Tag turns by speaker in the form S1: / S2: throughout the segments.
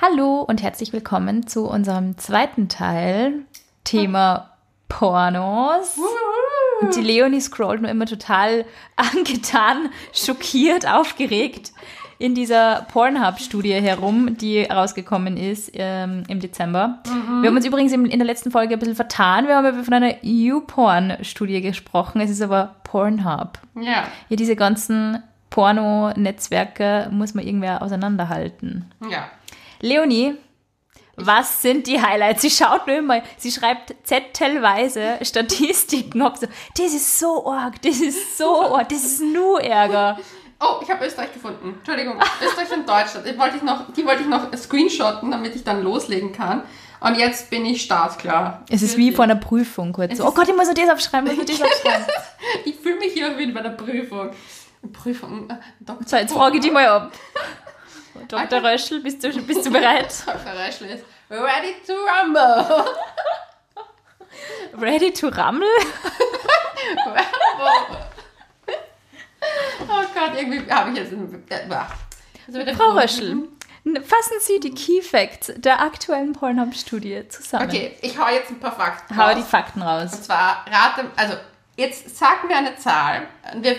S1: Hallo und herzlich willkommen zu unserem zweiten Teil Thema Pornos. Und die Leonie scrollt nur immer total angetan, schockiert, aufgeregt in dieser Pornhub-Studie herum, die rausgekommen ist ähm, im Dezember. Wir haben uns übrigens im- in der letzten Folge ein bisschen vertan. Wir haben ja von einer YouPorn-Studie gesprochen. Es ist aber Pornhub.
S2: Ja,
S1: Ja, diese ganzen Porno-Netzwerke muss man irgendwer auseinanderhalten.
S2: ja.
S1: Leonie, was sind die Highlights? Sie schaut nur immer, sie schreibt zettelweise Statistiken. Ob so, das ist so arg, das ist so arg, das ist nur Ärger.
S2: Oh, ich habe Österreich gefunden. Entschuldigung, Österreich und Deutschland. Die wollte ich noch, die wollte ich noch screenshotten, damit ich dann loslegen kann. Und jetzt bin ich startklar.
S1: Es ist wie vor einer Prüfung kurz.
S2: Es
S1: So, oh
S2: ist-
S1: Gott, ich muss noch das abschreiben, ich muss noch das abschreiben.
S2: Ich fühle mich hier wie bei der Prüfung. Prüfung, äh, Doktor.
S1: So, jetzt frage ich dich mal ab. Dr. Röschel, bist du, bist du bereit?
S2: Dr. Reschl ist ready to rumble.
S1: Ready to rumble?
S2: Oh Gott, irgendwie habe ich jetzt... Einen, äh, bah. also mit der
S1: Frau
S2: Prüfung-
S1: Röschel, fassen Sie die Key Facts der aktuellen Pornhub-Studie zusammen.
S2: Okay, ich hau jetzt ein paar Fakten
S1: Hau
S2: raus.
S1: die Fakten raus.
S2: Und zwar rate, also jetzt sag mir eine Zahl. Und wir,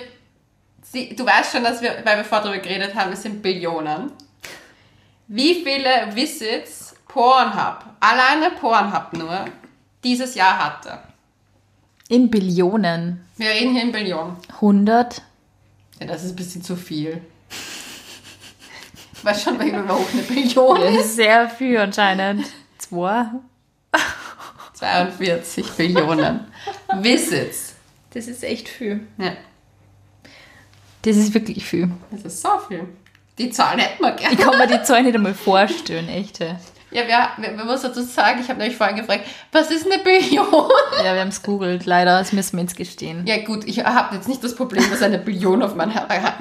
S2: sie, du weißt schon, dass wir, weil wir vorher darüber geredet haben, es sind Billionen. Wie viele Visits Pornhub, alleine Pornhub nur, dieses Jahr hatte?
S1: In Billionen.
S2: Wir reden hier in Billionen.
S1: 100?
S2: Ja, das ist ein bisschen zu viel. Ich weiß schon, weil überhaupt eine Billion
S1: Das
S2: ist.
S1: ist sehr viel anscheinend. Zwei.
S2: 42 Billionen. Visits.
S1: Das ist echt viel.
S2: Ja,
S1: Das ist wirklich viel.
S2: das ist so viel. Die Zahl hätten wir gerne.
S1: Ich kann mir die Zahl nicht einmal vorstellen, echte.
S2: Ja, wer, wer, wer muss dazu sagen, ich habe nämlich vorhin gefragt, was ist eine Billion?
S1: Ja, wir haben es googelt, leider. Das müssen wir jetzt gestehen.
S2: Ja gut, ich habe jetzt nicht das Problem, dass eine Billion auf meinem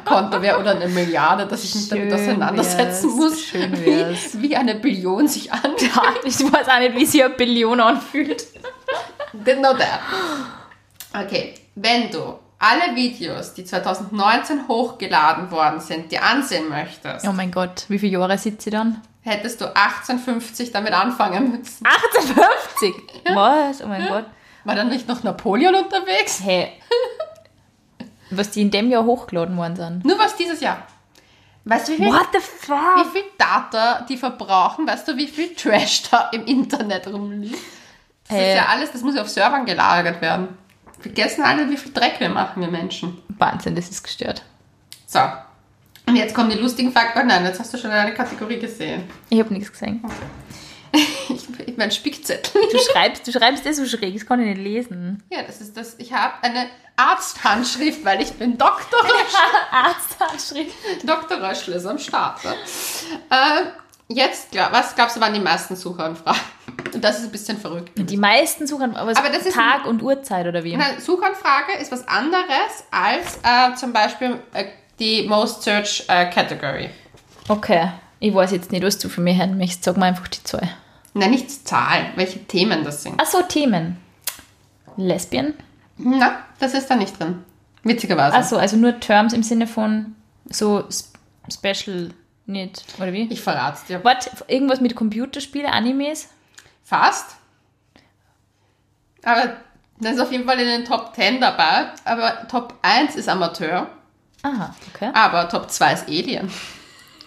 S2: Konto wäre oder eine Milliarde, dass ich mich damit
S1: Schön
S2: auseinandersetzen
S1: wär's,
S2: muss,
S1: schön wär's.
S2: wie, wie eine Billion sich anfühlt.
S1: Ja, ich weiß auch nicht, wie sich eine Billion anfühlt.
S2: Didn't know that. Okay, wenn du alle Videos, die 2019 hochgeladen worden sind, dir ansehen möchtest,
S1: Oh mein Gott, wie viele Jahre sitzt sie dann?
S2: hättest du 1850 damit anfangen müssen.
S1: 1850! Was? Oh mein Gott.
S2: War dann nicht noch Napoleon unterwegs?
S1: Hey. Was die in dem Jahr hochgeladen worden sind.
S2: Nur was dieses Jahr. Weißt du, wie viel
S1: the
S2: wie
S1: fuck?
S2: viel Data die verbrauchen, weißt du, wie viel Trash da im Internet rumliegt? Das
S1: Äh.
S2: ist ja alles, das muss ja auf Servern gelagert werden. Vergessen alle, wie viel Dreck wir machen, wir Menschen.
S1: Wahnsinn, das ist gestört.
S2: So. Und jetzt kommen die lustigen Fakten. Oh nein, jetzt hast du schon eine Kategorie gesehen.
S1: Ich habe nichts gesehen.
S2: Ich, ich mein Spickzettel.
S1: Du schreibst, du schreibst das so schräg, das kann ich nicht lesen.
S2: Ja, das ist das. Ich habe eine Arzthandschrift, weil ich bin Doktor.
S1: Arzthandschrift.
S2: Dr. Röschl ist am Start. Ne? Äh, jetzt, glaub- was glaubst du, waren die meisten Suchanfragen? Und das ist ein bisschen verrückt.
S1: Die meisten suchen aber,
S2: Aber das ist
S1: Tag und Uhrzeit oder wie?
S2: Eine Suchanfrage ist was anderes als äh, zum Beispiel äh, die Most Search äh, Category.
S1: Okay. Ich weiß jetzt nicht, was du für mich haben möchtest. Sag mal einfach die zwei.
S2: Nein, nicht Zahlen, welche Themen das sind.
S1: Achso, Themen. Lesbien?
S2: Na, das ist da nicht drin. Witzigerweise.
S1: Achso, also nur Terms im Sinne von so s- special nicht, oder wie?
S2: ich verrate dir.
S1: What? Irgendwas mit Computerspiele, Animes?
S2: Fast. Aber das ist auf jeden Fall in den Top 10 dabei. Aber Top 1 ist Amateur.
S1: Aha, okay.
S2: Aber Top 2 ist Alien.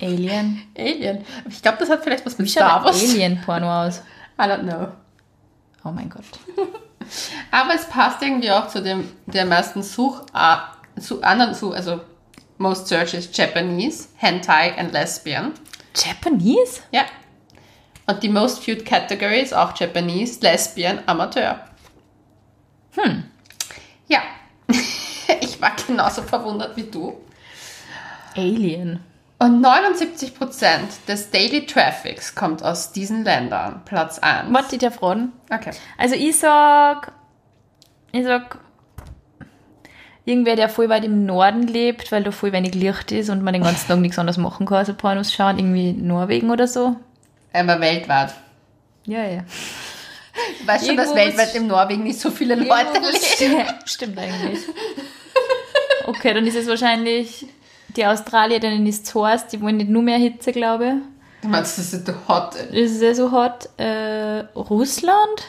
S1: Alien.
S2: Alien. Ich glaube, das hat vielleicht was mit
S1: Wie schaut
S2: Star
S1: ein
S2: Wars. I
S1: Alien-Porno aus?
S2: don't know.
S1: Oh mein Gott.
S2: Aber es passt irgendwie auch zu dem der meisten Such ah, zu anderen Such, also most searches Japanese, Hentai and Lesbian.
S1: Japanese?
S2: Ja. Und die most viewed category ist auch Japanese, Lesbian, Amateur. Hm. Ja. ich war genauso verwundert wie du.
S1: Alien.
S2: Und 79% des Daily Traffics kommt aus diesen Ländern. Platz 1.
S1: Was die da fragen?
S2: Okay.
S1: Also ich sag, ich sag, irgendwer, der voll weit im Norden lebt, weil da voll wenig Licht ist und man den ganzen Tag nichts anderes machen kann, also Pornos schauen, irgendwie Norwegen oder so.
S2: Aber weltweit.
S1: Ja, ja.
S2: Weißt du, dass
S1: Irgendwo muss-
S2: weltweit im Norwegen nicht so viele Leute leben?
S1: Stimmt eigentlich. Okay, dann ist es wahrscheinlich die Australier, denen ist es heiß, die wollen nicht nur mehr Hitze, glaube ich.
S2: Du meinst, das ist hot. ey.
S1: Das ist ja so hot. Äh, Russland?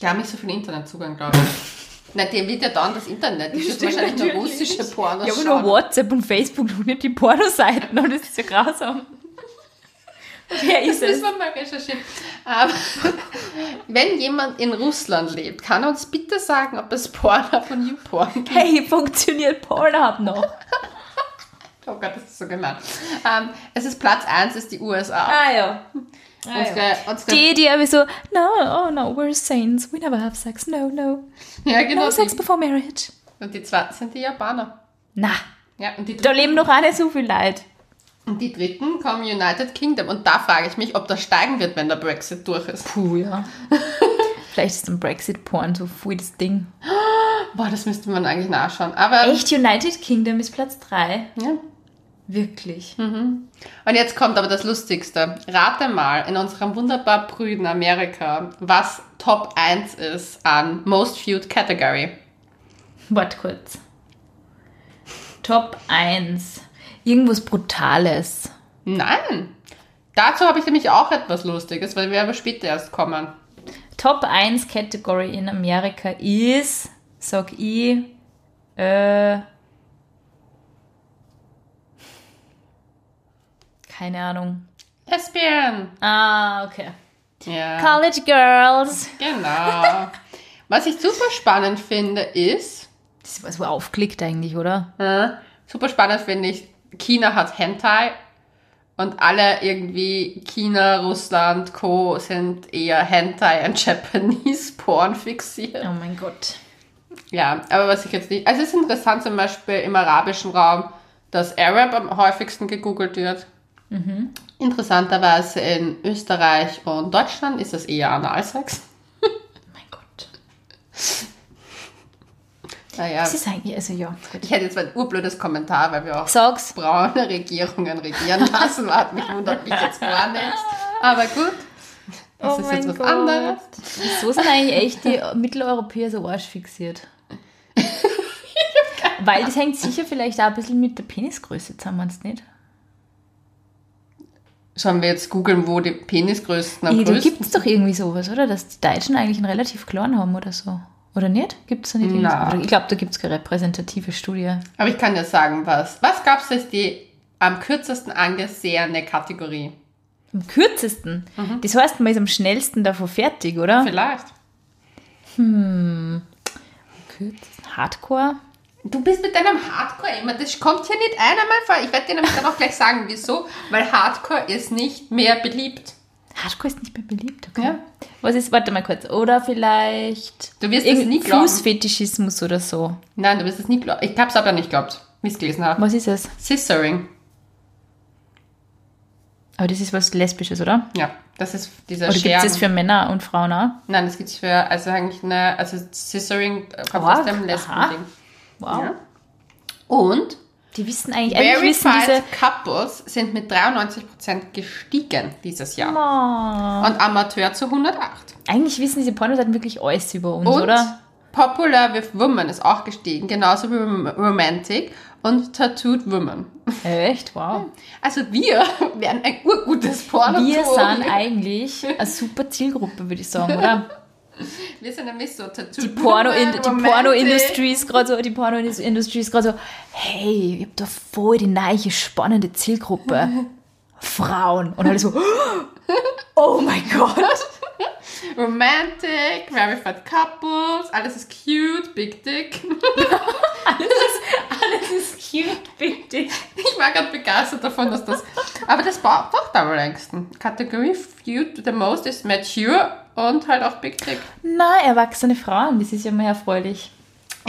S2: Die haben nicht so viel Internetzugang, glaube ich. Nein, die wird ja dann das Internet. Die schaut wahrscheinlich nur russische Pornos.
S1: Ja, aber
S2: schauen.
S1: nur WhatsApp und Facebook und nicht die Pornoseiten. Und das ist ja grausam. Wer
S2: Das
S1: ist
S2: müssen
S1: es?
S2: wir mal recherchieren. Aber wenn jemand in Russland lebt, kann er uns bitte sagen, ob es Pornhub von YouPorn gibt.
S1: Hey, funktioniert Pornhub noch?
S2: Oh Gott, das ist so gemein. Ähm, es ist Platz 1 ist die USA.
S1: Ah ja.
S2: unsere, unsere,
S1: Die, die irgendwie so, no, oh no, we're saints, we never have sex, no, no.
S2: ja, genau.
S1: No sex
S2: Die,
S1: before marriage.
S2: und die zwei sind die Japaner.
S1: Na,
S2: Ja, und die,
S1: da leben doch auch nicht so viel Leid.
S2: und die dritten kommen United Kingdom. Und da frage ich mich, ob das steigen wird, wenn der Brexit durch ist.
S1: Puh, ja. Vielleicht ist ein Brexit-Porn so viel das Ding.
S2: Boah, das müsste man eigentlich nachschauen. Aber
S1: Echt, United Kingdom ist Platz 3.
S2: Ja.
S1: Wirklich.
S2: Und jetzt kommt aber das Lustigste. Rate mal in unserem wunderbar brüden Amerika, was Top 1 ist an Most Viewed Category.
S1: Warte kurz. Top 1. Irgendwas Brutales.
S2: Nein! Dazu habe ich nämlich auch etwas Lustiges, weil wir aber später erst kommen.
S1: Top 1 Category in Amerika ist, sag ich, äh, keine Ahnung.
S2: Lesbian!
S1: Ah, okay.
S2: Ja,
S1: College Girls.
S2: genau. Was ich super spannend finde, ist,
S1: Das war so aufklickt eigentlich, oder?
S2: äh, super spannend finde ich, China hat Hentai und alle irgendwie China, Russland, Co. sind eher Hentai und Japanese Porn fixiert.
S1: Oh mein Gott.
S2: Ja, aber was ich jetzt nicht. Also es ist interessant zum Beispiel im arabischen Raum, dass Arab am häufigsten gegoogelt wird. Interessanterweise in Österreich und Deutschland ist das eher Analsex.
S1: Mein Gott.
S2: Naja,
S1: Das ist eigentlich, also ja. Gut.
S2: ich hätte jetzt ein urblödes Kommentar, weil wir auch
S1: Sag's.
S2: braune Regierungen regieren lassen. Warte, mich wundert mich jetzt gar nichts. Aber gut, das
S1: Oh
S2: ist jetzt was anderes.
S1: So sind eigentlich echt die Mitteleuropäer so arschfixiert. Weil das hängt sicher vielleicht auch ein bisschen mit der Penisgröße zusammen, meinst du nicht?
S2: Sollen wir jetzt googeln, wo die Penisgrößten am
S1: Ja, da
S2: größten
S1: gibt es doch irgendwie sowas, oder? Dass die Deutschen eigentlich einen relativ klaren haben oder so. Oder nicht? Gibt es da nicht
S2: Na.
S1: irgendwas? Oder Ich glaube, da gibt es keine repräsentative Studie.
S2: Aber ich kann dir sagen, was. Was gab es als die am kürzesten angesehene Kategorie?
S1: Am kürzesten.
S2: Mhm.
S1: Das heißt, man ist am schnellsten davon fertig, oder?
S2: Vielleicht.
S1: Kürzesten. Hardcore.
S2: Du bist mit deinem Hardcore immer, das kommt hier nicht ein einmal vor. Ich werde dir nämlich dann auch gleich sagen, wieso, weil Hardcore ist nicht mehr beliebt.
S1: Hardcore ist nicht mehr beliebt, okay.
S2: Ja.
S1: Was ist, warte mal kurz. Oder vielleicht.
S2: Du wirst es
S1: irgendein
S2: nie glauben.
S1: Fußfetischismus oder so.
S2: Nein, du wirst es nie glauben. Ich habe es aber nicht geglaubt, wie ich es gelesen habe.
S1: Was ist es?
S2: Scissoring.
S1: Aber das ist was Lesbisches, oder?
S2: Ja, das ist dieser
S1: oder gibt es
S2: Scheren.
S1: das für Männer und Frauen auch?
S2: Nein, das gibt's für, also eigentlich eine, also Scissoring äh, kommt
S1: Org,
S2: aus dem Lesben-Ding.
S1: Wow.
S2: Ja. Und
S1: Die wissen eigentlich, eigentlich wissen diese.
S2: Verified Couples sind mit 93% gestiegen dieses Jahr.
S1: Oh.
S2: Und Amateur zu 108.
S1: Eigentlich wissen diese Pornoseiten wirklich alles über uns,
S2: Und
S1: oder?
S2: Popular with Women ist auch gestiegen, genauso wie Rom- Romantic und Tattooed Women.
S1: Echt? Wow.
S2: Also wir wären ein urgutes Porno.
S1: Wir sind eigentlich eine super Zielgruppe, würde ich sagen, oder?
S2: wir sind nämlich so Tattooed
S1: Die Porno- in- die
S2: Romantic.
S1: Porno-Industrie ist gerade so, die Porno-Industrie ist gerade so, hey, ich hab da voll die neue, spannende Zielgruppe. Frauen. Und alle so, oh mein Gott.
S2: Romantic, Verified Couples, alles ist cute, Big Dick.
S1: Alles ist cute, big dick.
S2: Ich war gerade begeistert davon, dass das. Aber das braucht doch am längsten. Kategorie Feud the Most ist Mature und halt auch Big Dick.
S1: Na, erwachsene Frauen, das ist ja mal erfreulich.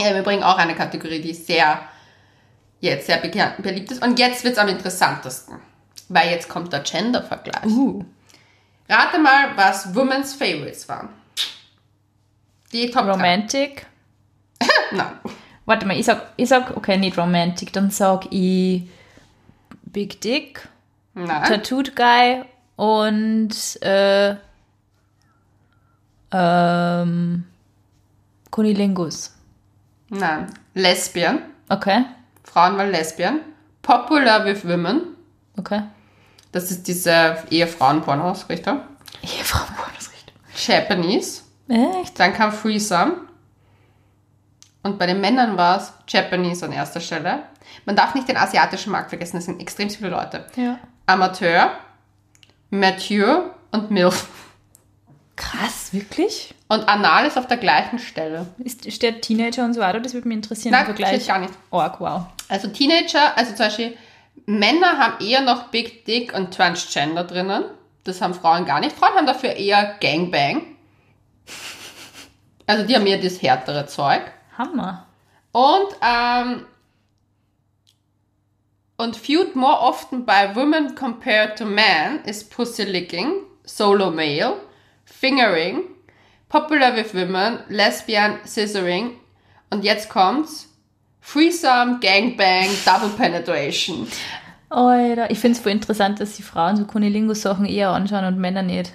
S2: Ja, wir bringen auch eine Kategorie, die sehr, jetzt sehr bekannt- beliebt ist. Und jetzt wird's am interessantesten, weil jetzt kommt der Gender-Vergleich.
S1: Uh.
S2: Rate mal, was Women's Favorites waren. Die Top
S1: Romantic.
S2: 3. Nein.
S1: Warte mal, ich sag, ich sag, okay, nicht Romantic, dann sag ich Big Dick,
S2: Nein.
S1: Tattooed Guy und äh, ähm, Kunilingus.
S2: Nein. Lesbian.
S1: Okay,
S2: Frauen waren Lesbian. Popular with Women.
S1: okay.
S2: Das ist diese Ehefrauen-Pornos, richtig?
S1: Ehefrau Pornosrichter.
S2: Japanese.
S1: Echt?
S2: Dann kam Threesome. Und bei den Männern war es Japanese an erster Stelle. Man darf nicht den asiatischen Markt vergessen, das sind extrem viele Leute.
S1: Ja.
S2: Amateur, Mature und MILF.
S1: Krass, wirklich?
S2: Und Anal ist auf der gleichen Stelle.
S1: Ist, steht Teenager und so weiter? Das würde mich interessieren.
S2: Nein,
S1: aber
S2: steht
S1: gleich.
S2: gar nicht.
S1: Org, wow.
S2: Also Teenager, also zum Beispiel Männer haben eher noch Big Dick und Transgender drinnen. Das haben Frauen gar nicht. Frauen haben dafür eher Gangbang. Also die haben eher das härtere Zeug.
S1: Hammer.
S2: Und, ähm, und viewed more often by women compared to men is pussy licking, solo male, fingering, popular with women, lesbian, scissoring. Und jetzt kommt's. Threesome, Gangbang, Double Penetration.
S1: Alter, ich finde es voll interessant, dass die Frauen so Kunilingus-Sachen eher anschauen und Männer nicht.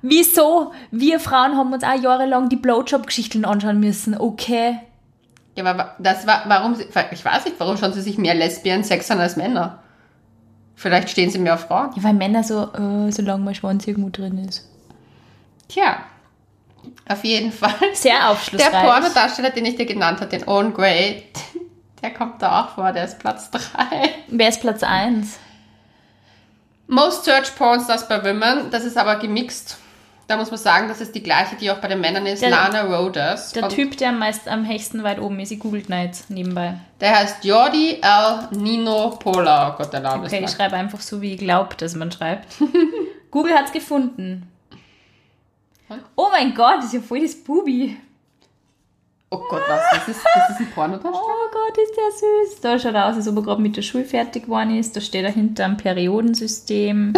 S1: Wieso? Wir Frauen haben uns auch jahrelang die Blowjob-Geschichten anschauen müssen, okay?
S2: Ja, aber wa- das war, warum sie, ich weiß nicht, warum schauen sie sich mehr Lesbian Sex an als Männer? Vielleicht stehen sie mehr auf Frauen.
S1: Ja, weil Männer so, äh, solange mein Schwanz irgendwo drin ist.
S2: Tja, auf jeden Fall.
S1: Sehr
S2: Der
S1: aufschlussreich.
S2: Pornodarsteller, den ich dir genannt habe, den Owen Gray, der kommt da auch vor, der ist Platz 3.
S1: Wer ist Platz 1?
S2: Most Search Porn Stars by Women, das ist aber gemixt. Da muss man sagen, das ist die gleiche, die auch bei den Männern ist,
S1: Der-
S2: Lana Rhodes.
S1: Der
S2: Und
S1: Typ, der am meisten am höchsten weit oben ist, ich googelt Nights nebenbei.
S2: Der heißt Jordi L. Nino Pola. Oh Gott, der Name
S1: Okay, ich
S2: ist lang.
S1: schreibe einfach so, wie ich glaube, dass man schreibt. Google hat's gefunden.
S2: Und?
S1: Oh mein Gott, das ist ja voll das Bubi.
S2: Oh Gott, was? Das ist, das ist ein Pornodarsteller?
S1: Oh Gott, ist der süß. Da schaut er aus, als ob er gerade mit der Schule fertig geworden ist. Da steht er hinter einem Periodensystem.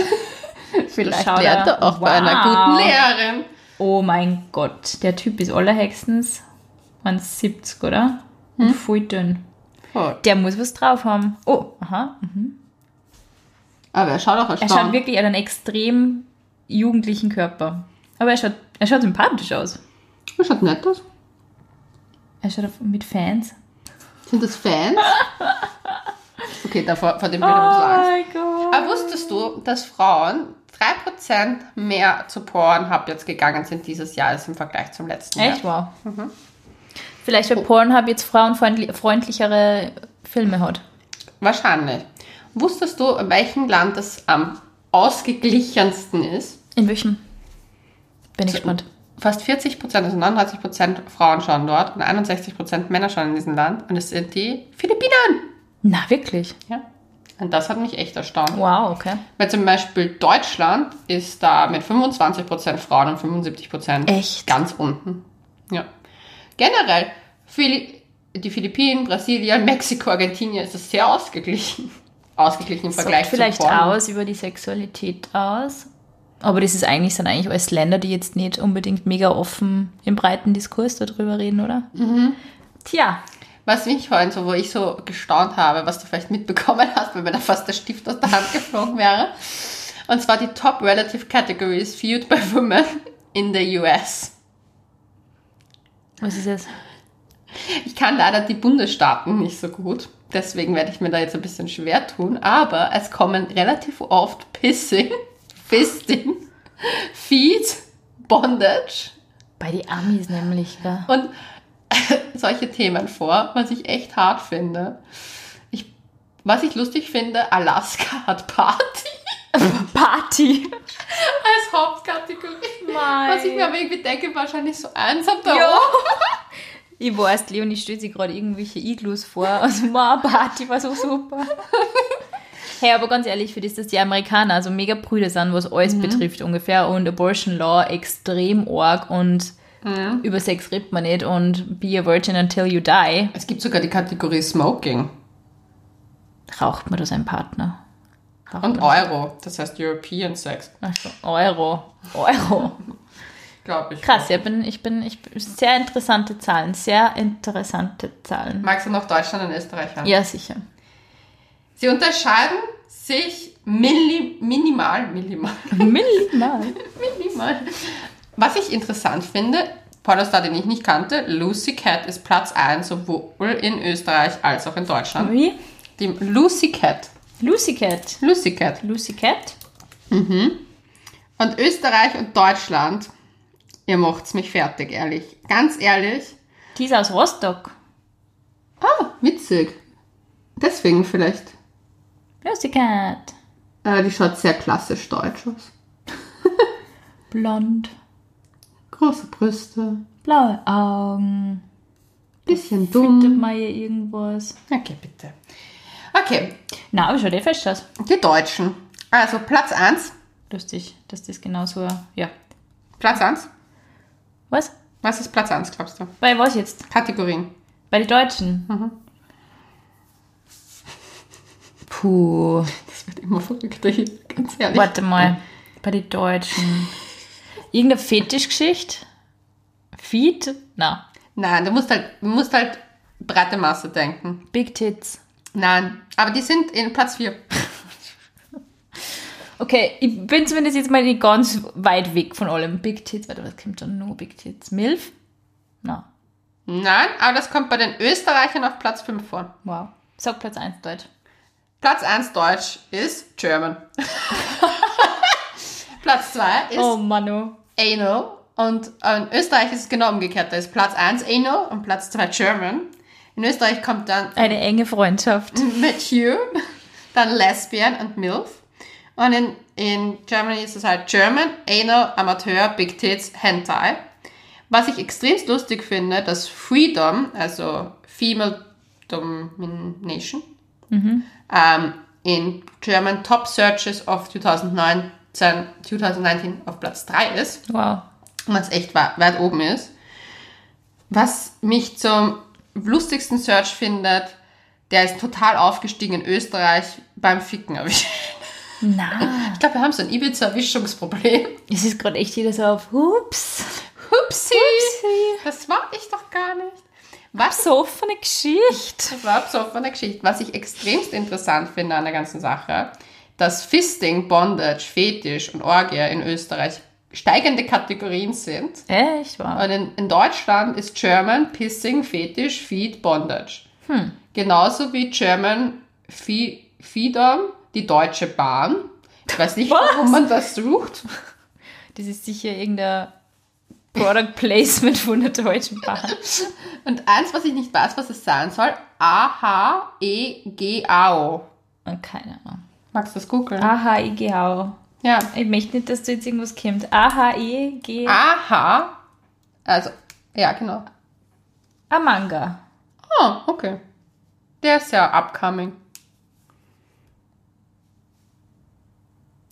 S2: Vielleicht
S1: schaut
S2: lernt
S1: er-
S2: er auch bei einer
S1: Wow.
S2: guten Lehrerin.
S1: Oh mein Gott, der Typ ist allerhöchstens 1,70, oder? Und voll dünn.
S2: Oh.
S1: Der muss was drauf haben. Oh, aha.
S2: Aber er schaut auch
S1: Er
S2: erstaunt.
S1: schaut wirklich an einen extrem jugendlichen Körper. Aber er schaut, er schaut sympathisch aus.
S2: er schaut nett aus.
S1: Er schaut auf, mit Fans.
S2: Sind das Fans? Okay, davor, vor dem bin ich
S1: Oh
S2: ein bisschen Angst.
S1: mein Gott.
S2: Aber wusstest du, dass Frauen 3% mehr zu Pornhub jetzt gegangen sind dieses Jahr als im Vergleich zum letzten
S1: Echt?
S2: Jahr?
S1: Wow. Vielleicht, weil Pornhub jetzt frauenfreundlichere Filme hat.
S2: Wahrscheinlich. Wusstest du, in welchem Land das am ausgeglichensten ist?
S1: In welchem? Bin ich
S2: So-
S1: gespannt.
S2: Fast 40%, also 39% Frauen schauen dort und 61% Männer schauen in diesem Land und es sind die Philippinen.
S1: Na, wirklich?
S2: Ja. Und das hat mich echt erstaunt.
S1: Wow, okay.
S2: Weil zum Beispiel Deutschland ist da mit 25% Frauen und 75%
S1: Echt?
S2: ganz unten. Ja. Generell, Phili die Philippinen, Brasilien, Mexiko, Argentinien ist es sehr ausgeglichen. Ausgeglichen im
S1: Sagt
S2: Vergleich
S1: vielleicht
S2: zu Porn.
S1: aus über die Sexualität aus. Aber das ist eigentlich, sind eigentlich alles Länder, die jetzt nicht unbedingt mega offen im breiten Diskurs darüber reden, oder? Mhm. Tja,
S2: Was mich vorhin so, wo ich so gestaunt habe, was du vielleicht mitbekommen hast, weil mir da fast der Stift aus der Hand geflogen wäre. Und zwar die Top Relative Categories viewed by Women in the US.
S1: was ist jetzt?
S2: Ich kann leider die Bundesstaaten nicht so gut. Deswegen werde ich mir da jetzt ein bisschen schwer tun. Aber es kommen relativ oft Pissing, Fisting, Feed, Bondage
S1: Bei den Amis nämlich, gell?
S2: und solche Themen vor, was ich echt hart finde. Ich, was ich lustig finde, Alaska hat Party
S1: Party!
S2: als Hauptkategorie.
S1: Mein.
S2: Was ich mir aber irgendwie denke, wahrscheinlich so einsam da
S1: Ja.
S2: oben.
S1: Ich weiß, Leonie stellt sich gerade irgendwelche Iglus vor. Also, wow, Party war so super. Hey, aber ganz ehrlich, für das, dass die Amerikaner so mega prüde sind, was alles betrifft ungefähr und Abortion Law extrem arg und über Sex redet man nicht und be a virgin until you die,
S2: Es gibt sogar die Kategorie Smoking
S1: raucht man da seinen Partner. Raucht
S2: und
S1: man-
S2: Euro, das heißt European Sex,
S1: Ach so, Euro. Euro.
S2: glaube ich.
S1: Krass, ja, bin, ich bin, ich bin, sehr interessante Zahlen, sehr interessante Zahlen.
S2: Magst du noch Deutschland und Österreich haben?
S1: Ja, sicher.
S2: Sie unterscheiden sich milli, minimal, minimal,
S1: Minimal.
S2: minimal. Was ich interessant finde, Pornostar, den ich nicht kannte, Lucy Cat ist Platz 1, sowohl in Österreich als auch in Deutschland.
S1: Wie?
S2: Die Lucy Cat,
S1: Lucy Cat.
S2: Lucy Cat
S1: Lucy Cat.
S2: Und Österreich und Deutschland, ihr macht's mich fertig, ehrlich. Ganz ehrlich.
S1: Die ist aus Rostock.
S2: Ah, witzig. Deswegen vielleicht.
S1: Lustigkeit.
S2: Äh, die schaut sehr klassisch deutsch aus.
S1: Blond.
S2: Große Brüste,
S1: Blaue Augen.
S2: bisschen
S1: Findet
S2: dumm.
S1: man hier irgendwas?
S2: Okay, bitte. Okay,
S1: Na, aber schon eh fest aus.
S2: die Deutschen. Also Platz 1.
S1: Lustig, dass das genauso. Ja.
S2: Platz 1.
S1: Was?
S2: Was ist Platz 1, glaubst du?
S1: Bei was jetzt?
S2: Kategorien.
S1: Bei den Deutschen. Puh.
S2: Das wird immer verrückter hier, ganz ehrlich.
S1: Warte mal. Bei den Deutschen. Irgendeine Fetischgeschichte? Feet? Na.
S2: Nein, du musst halt, du musst halt breite Masse denken.
S1: Big Tits.
S2: Nein, aber die sind in Platz 4.
S1: Okay, ich bin zumindest jetzt mal nicht ganz weit weg von allem. Big Tits, warte, was kommt dann nur Big Tits? Milf? Na,
S2: Nein, aber das kommt bei den Österreichern auf Platz 5 vor.
S1: wow. Sag Platz 1 Deutsch.
S2: Platz 1 Deutsch ist German. Platz 2 ist
S1: Oh Manu.
S2: Anal. Und in Österreich ist es genau umgekehrt. Da ist Platz 1 Anal und Platz 2 German. In Österreich kommt dann
S1: Eine enge Freundschaft.
S2: Mature, dann Lesbian und MILF. Und in, in Germany ist es halt German, Anal, Amateur, Big Tits, Hentai. Was ich extremst lustig finde, dass Freedom, also Female Domination, ähm, in German Top Searches of 2019, 2019 auf Platz 3 ist
S1: Wow.
S2: was echt wa- weit oben ist. Was mich zum lustigsten Search findet, der ist total aufgestiegen in Österreich beim Ficken. Aber Ich,
S1: Na.
S2: ich glaube, wir haben so ein Ibiza-Erwischungsproblem.
S1: Es ist gerade echt jeder so auf Hups.
S2: Hupsi! Das war ich doch gar nicht. Was
S1: So eine Geschichte.
S2: Das war so von der Geschichte. Was ich extremst interessant finde an der ganzen Sache, dass Fisting, Bondage, Fetisch und Orgie in Österreich steigende Kategorien sind.
S1: Echt wow.
S2: Und in, in Deutschland ist German Pissing Fetisch Feed Bondage. Genauso wie German Fee, Feedom die Deutsche Bahn. Ich weiß nicht, warum man das sucht.
S1: Das ist sicher irgendein Product Placement von der Deutschen Bahn.
S2: Und eins, was ich nicht weiß, was es sein soll, E A-H-E-G-A-O.
S1: Und Ah, keine Ahnung.
S2: Magst du das googeln?
S1: A-H-I-G-A-O.
S2: Ja.
S1: Ich möchte nicht, dass du jetzt irgendwas kommst. A-H-I-G.
S2: A-H, also, ja, genau.
S1: Amanga.
S2: Ah, okay. Der ist ja upcoming.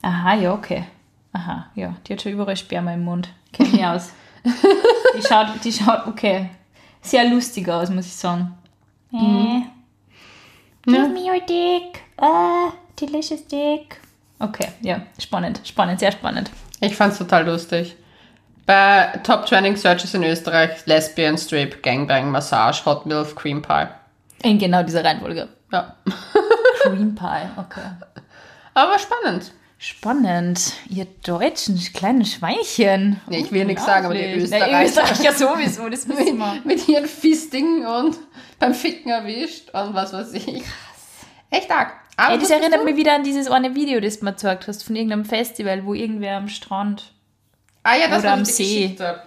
S1: Aha, ja, okay. Aha, ja. Die hat schon überall Sperma im Mund. Kennt mich aus. Die schaut, die schaut, okay. Sehr lustig aus, muss ich sagen. Äh, Give me your dick. Ah, delicious dick. Okay, ja. Spannend, spannend, sehr spannend.
S2: Ich fand's total lustig. Bei Top Trending Searches in Österreich, Lesbian, Strip, Gangbang, Massage, Hot Milf, Cream Pie.
S1: In genau dieser Reihenfolge.
S2: Ja.
S1: Cream Pie, okay.
S2: Aber spannend.
S1: Spannend. Ihr deutschen kleinen Schweinchen.
S2: Nee, ich will nichts sagen, aber die
S1: Unglaublich.
S2: Österreicher.
S1: Na, Österreicher sowieso, das wissen wir.
S2: Mit ihren Fisting und beim Ficken erwischt und was weiß ich. Echt arg. Aber
S1: Ey, das
S2: wusstest
S1: erinnert
S2: du-
S1: mich wieder an dieses eine Video, das du mir gezeigt hast, von irgendeinem Festival, wo irgendwer am Strand.
S2: ah, ja, das
S1: oder
S2: war
S1: am
S2: die
S1: See.
S2: Geschichte.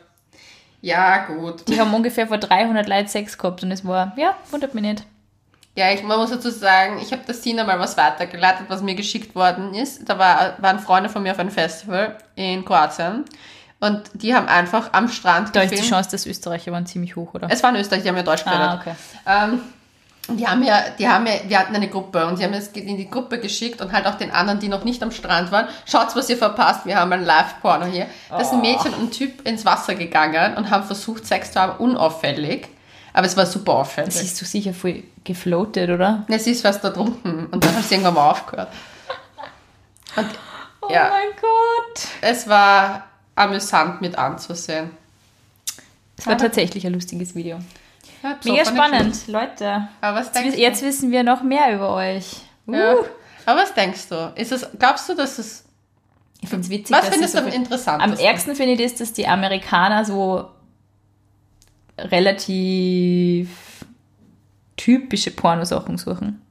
S2: Ja, gut.
S1: Die haben ungefähr vor 300 Leuten Sex gehabt und es war, ja, wundert mich nicht.
S2: Ja, ich, man muss dazu sagen, ich habe das Tina mal was weitergeleitet, was mir geschickt worden ist. Da war, waren Freunde von mir auf einem Festival in Kroatien und die haben einfach am Strand
S1: Da ist die Chance, dass Österreicher waren ziemlich hoch, oder?
S2: Es war in Österreich, die haben ja Deutsch geredet.
S1: ah, okay.
S2: Ähm, und die haben ja, die haben ja, wir hatten eine Gruppe und die haben es in die Gruppe geschickt und halt auch den anderen, die noch nicht am Strand waren. Schaut's, was ihr verpasst, wir haben ein Live-Porno hier. Da
S1: Oh.
S2: ist ein Mädchen und ein Typ ins Wasser gegangen und haben versucht, Sex zu haben, unauffällig. Aber es war super auffällig.
S1: Das ist doch sicher voll gefloatet, oder?
S2: Ja, sie ist fast ertrunken und dann hat sie irgendwann mal aufgehört. Und,
S1: Oh
S2: ja,
S1: mein Gott.
S2: es war amüsant mit anzusehen.
S1: Das war tatsächlich ein lustiges Video.
S2: Ja, so
S1: Mega
S2: fand ich
S1: spannend,
S2: schön.
S1: Leute.
S2: Aber was denkst
S1: Jetzt,
S2: du?
S1: jetzt wissen wir noch mehr über euch. Uh,
S2: Ja. Aber was denkst du? Ist es, glaubst du, dass es.
S1: Ich finde es witzig,
S2: Was
S1: dass
S2: findest du
S1: das
S2: am
S1: so viel-
S2: interessantesten?
S1: Am ärgsten finde ich das, dass die Amerikaner so relativ typische Pornosachen suchen.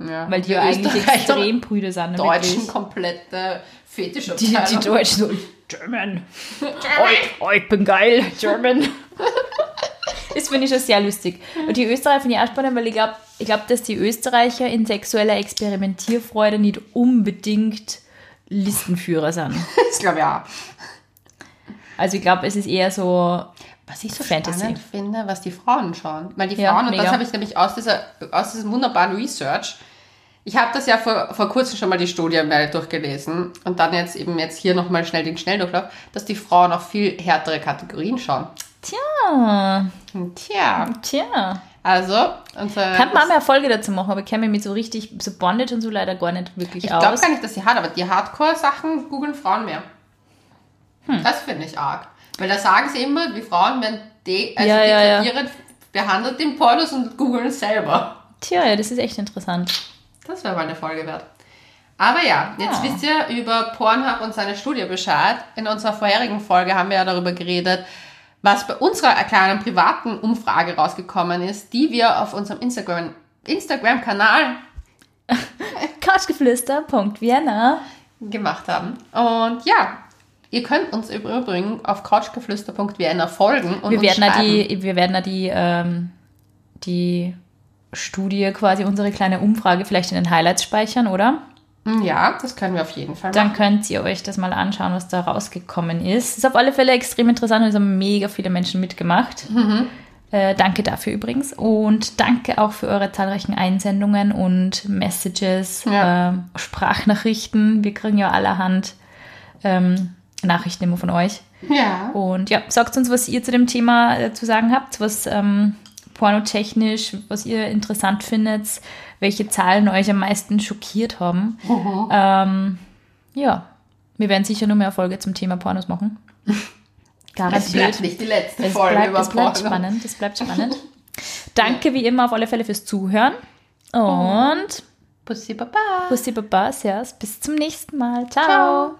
S2: Ja.
S1: Weil die ja eigentlich
S2: Österreicher
S1: extrem prüde sind.
S2: Deutschen
S1: wirklich.
S2: komplette Fetisch
S1: Die, die Deutschen so, German.
S2: Deutschen.
S1: Oh, ich bin geil, German. das finde ich schon sehr lustig. Und die Österreicher finde ich auch spannend, weil ich glaube, ich glaub, dass die Österreicher in sexueller Experimentierfreude nicht unbedingt Listenführer sind.
S2: Das glaube ich auch.
S1: Also ich glaube, es ist eher so,
S2: Was ich so
S1: Fantasy.
S2: spannend finde, was die Frauen schauen. Weil die
S1: Ja,
S2: Frauen, und
S1: mega.
S2: das habe ich nämlich aus, dieser, aus diesem wunderbaren Research, ich habe das ja vor, vor kurzem schon mal die Studie mal durchgelesen und dann jetzt eben jetzt hier nochmal schnell den Schnelldurchlauf, dass die Frauen auf viel härtere Kategorien schauen.
S1: tja,
S2: Und Tja,
S1: tja.
S2: also unsere,
S1: Kann man auch mal Erfolge dazu machen, aber ich kenne mich mit so richtig, so Bondage und so leider gar nicht wirklich
S2: ich glaube
S1: aus.
S2: gar nicht, dass sie hart, aber die Hardcore-Sachen googeln Frauen mehr.
S1: Hm.
S2: Das finde ich arg. Weil da sagen sie immer, die Frauen werden de also
S1: Ja, ja, ja.
S2: degradiert behandelt in Pornos und googeln selber.
S1: Tja, ja, das ist echt interessant.
S2: Das wäre mal eine Folge wert. Aber ja,
S1: Ja.
S2: jetzt wisst ihr über Pornhub und seine Studie Bescheid. In unserer vorherigen Folge haben wir ja darüber geredet, was bei unserer kleinen privaten Umfrage rausgekommen ist, die wir auf unserem Instagram- Instagram-Kanal
S1: Couchgeflüster, Punkt Vienna.
S2: gemacht haben. Und ja, ihr könnt uns im Übrigen auf couchgeflüster.vienna folgen und
S1: wir
S2: uns
S1: werden, ja
S2: schreiben.
S1: die, wir werden ja die, ähm, die Studie, quasi unsere kleine Umfrage vielleicht in den Highlights speichern, oder?
S2: Ja, das können wir auf jeden Fall machen.
S1: Dann könnt ihr euch das mal anschauen, was da rausgekommen ist. Ist auf alle Fälle extrem interessant und es haben mega viele Menschen mitgemacht.
S2: Mhm.
S1: Äh, danke dafür übrigens und danke auch für eure zahlreichen Einsendungen und Messages,
S2: Ja.
S1: ähm, Sprachnachrichten. Wir kriegen ja allerhand ähm, Nachrichten immer von euch.
S2: Ja.
S1: Und ja, sagt uns, was ihr zu dem Thema äh, zu sagen habt, was ähm, pornotechnisch, was ihr interessant findet, welche Zahlen euch am meisten schockiert haben.
S2: Mhm.
S1: Ähm, ja, wir werden sicher nur mehr Folge zum Thema Pornos machen.
S2: Das
S1: Garantiert.
S2: bleibt nicht die letzte
S1: Es
S2: Folge
S1: bleibt,
S2: über
S1: es bleibt
S2: Porno.
S1: spannend, es bleibt spannend. Danke wie immer auf alle Fälle fürs Zuhören. Und
S2: Mhm. Pussy Baba.
S1: Pussy Baba, Servus, bis zum nächsten Mal. Ciao.
S2: Ciao.